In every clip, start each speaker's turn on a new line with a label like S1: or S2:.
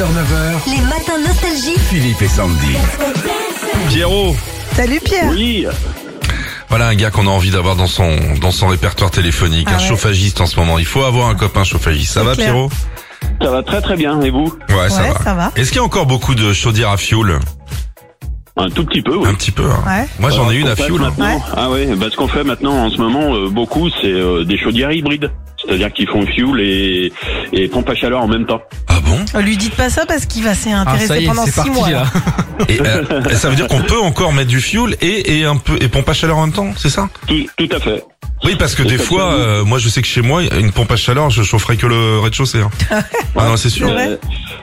S1: 6h-9h,
S2: Les matins nostalgiques.
S1: Philippe et Sandy.
S3: Pierrot
S4: Salut Pierre.
S3: Oui
S5: Voilà un gars qu'on a envie d'avoir dans son dans son répertoire téléphonique,
S4: Ah
S5: un
S4: ouais.
S5: chauffagiste en ce moment. Il faut avoir un copain chauffagiste. Ça
S4: C'est
S5: va,
S4: clair.
S5: Pierrot
S3: Ça va très très bien, et vous
S5: ouais, ça
S4: Ouais,
S5: va.
S4: ça va.
S5: Est-ce qu'il y a encore beaucoup de chaudières à fioul
S3: Un tout petit peu, oui.
S5: Un petit peu. hein.
S4: Ouais.
S5: Moi, j'en
S3: Alors,
S5: ai
S3: ce
S5: une
S3: qu'on
S5: à
S3: fait
S5: fioul.
S3: maintenant-
S4: Ouais.
S3: Ah ouais, bah, ce qu'on fait maintenant en ce moment, euh, beaucoup, c'est euh, des chaudières hybrides. C'est-à-dire qu'ils font fuel et, et pompe à chaleur en même temps.
S5: Ah bon
S4: On Oh, Lui dites pas ça parce qu'il va s'y
S6: Ah,
S4: intéresser
S6: ça y est,
S4: pendant
S6: c'est
S4: six
S6: parti
S4: mois.
S6: là.
S5: Et euh, ça veut dire qu'on peut encore mettre du fioul et et un peu et pompe à chaleur en même temps, c'est ça
S3: Tout, tout à fait.
S5: Oui, parce que
S3: Et
S5: des
S3: ça,
S5: fois,
S3: c'est
S5: euh, moi, je sais que chez moi, une pompe à chaleur, je chaufferai que le rez-de-chaussée. hein. ah non, c'est sûr.
S4: Ouais. vrai
S3: Euh,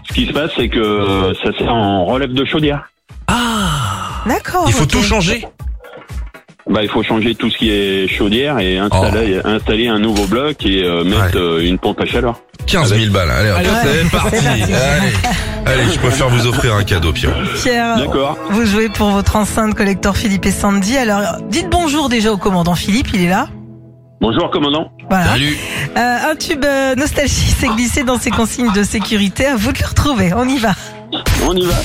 S3: ce qui se passe, c'est que euh, ça sert en relève de chaudière.
S4: D'accord.
S5: Il faut
S4: Oh, ok.
S5: tout changer.
S3: Bah, il faut changer tout ce qui est chaudière et installer, installer un nouveau bloc et euh, mettre
S5: Oh. Ouais.
S3: euh, une pompe à chaleur.
S5: 15 000 balles. hein, Allez, hop,
S6: Allez,
S5: c'est parti. Hein Allez. Allez, je préfère vous offrir un cadeau, Pierrot.
S4: Pierre,
S3: D'accord.
S4: vous jouez pour votre enceinte collector Philippe et Sandy. Alors, dites bonjour déjà au commandant Philippe, il est là.
S3: Bonjour, commandant.
S4: Voilà.
S5: Salut.
S4: Euh, un tube euh, nostalgie s'est glissé dans ses consignes de sécurité. À vous de le retrouver. On y va.
S3: On y va.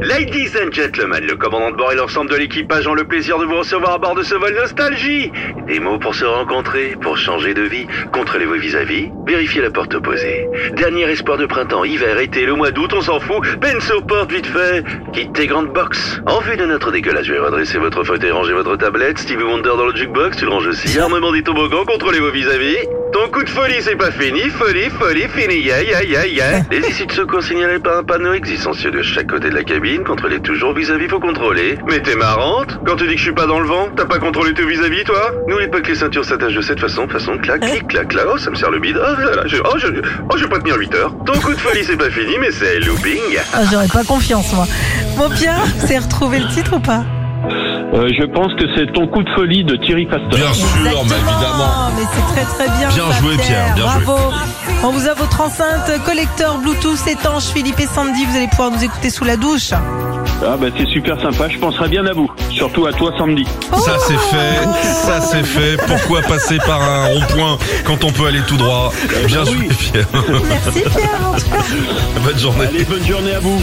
S7: Ladies and gentlemen, le commandant de bord et l'ensemble de l'équipage ont le plaisir de vous recevoir à bord de ce vol nostalgie. Des mots pour se rencontrer, pour changer de vie, contrôlez vos vis-à-vis, vérifiez la porte opposée. Dernier espoir de printemps, hiver, été, le mois d'août, on s'en fout, pense aux portes vite fait. Quittez grande box. En vue de notre décollage, veuillez redresser votre fauteuil, ranger votre tablette, Stevie Wonder dans le jukebox, tu le ranges aussi. Armement des toboggans, contrôlez vos vis-à-vis. Ton coup de folie, c'est pas fini. Folie, folie, fini. Ya, ya, ya, ya. Les issues de secours signalées par un panneau existentieux de chaque côté de la cabine. Contrôlez toujours vis-à-vis, faut contrôler. Mais t'es marrante. Quand tu dis que je suis pas dans le vent, t'as pas contrôlé tes vis-à-vis, toi N'oublie pas que les ceintures s'attachent de cette façon. Façon, clac, clic, clac, clac. Oh, ça me serre le bide. Oh, là, là, je, oh, je, oh, je vais pas tenir 8 heures. Ton coup de folie, c'est pas fini, mais c'est looping.
S4: Ah, J'aurais pas confiance, moi. Bon, Pierre, c'est retrouvé le titre ou pas
S3: Euh, je pense que c'est ton coup de folie de Thierry Pasteur.
S5: Bien sûr, mais évidemment.
S4: Mais c'est très très bien.
S5: Bien
S4: ça,
S5: joué, Pierre, bien joué.
S4: Bravo. On vous a votre enceinte collecteur Bluetooth étanche Philippe et Sandy. Vous allez pouvoir nous écouter sous la douche.
S3: Ah bah c'est super sympa, je penserai bien à vous. Surtout à toi samedi.
S5: Ça c'est fait, ça c'est fait. Pourquoi passer par un rond-point quand on peut aller tout droit Bien joué Pierre.
S4: Merci Pierre. en tout cas.
S5: Bonne journée.
S3: Allez, bonne journée à vous.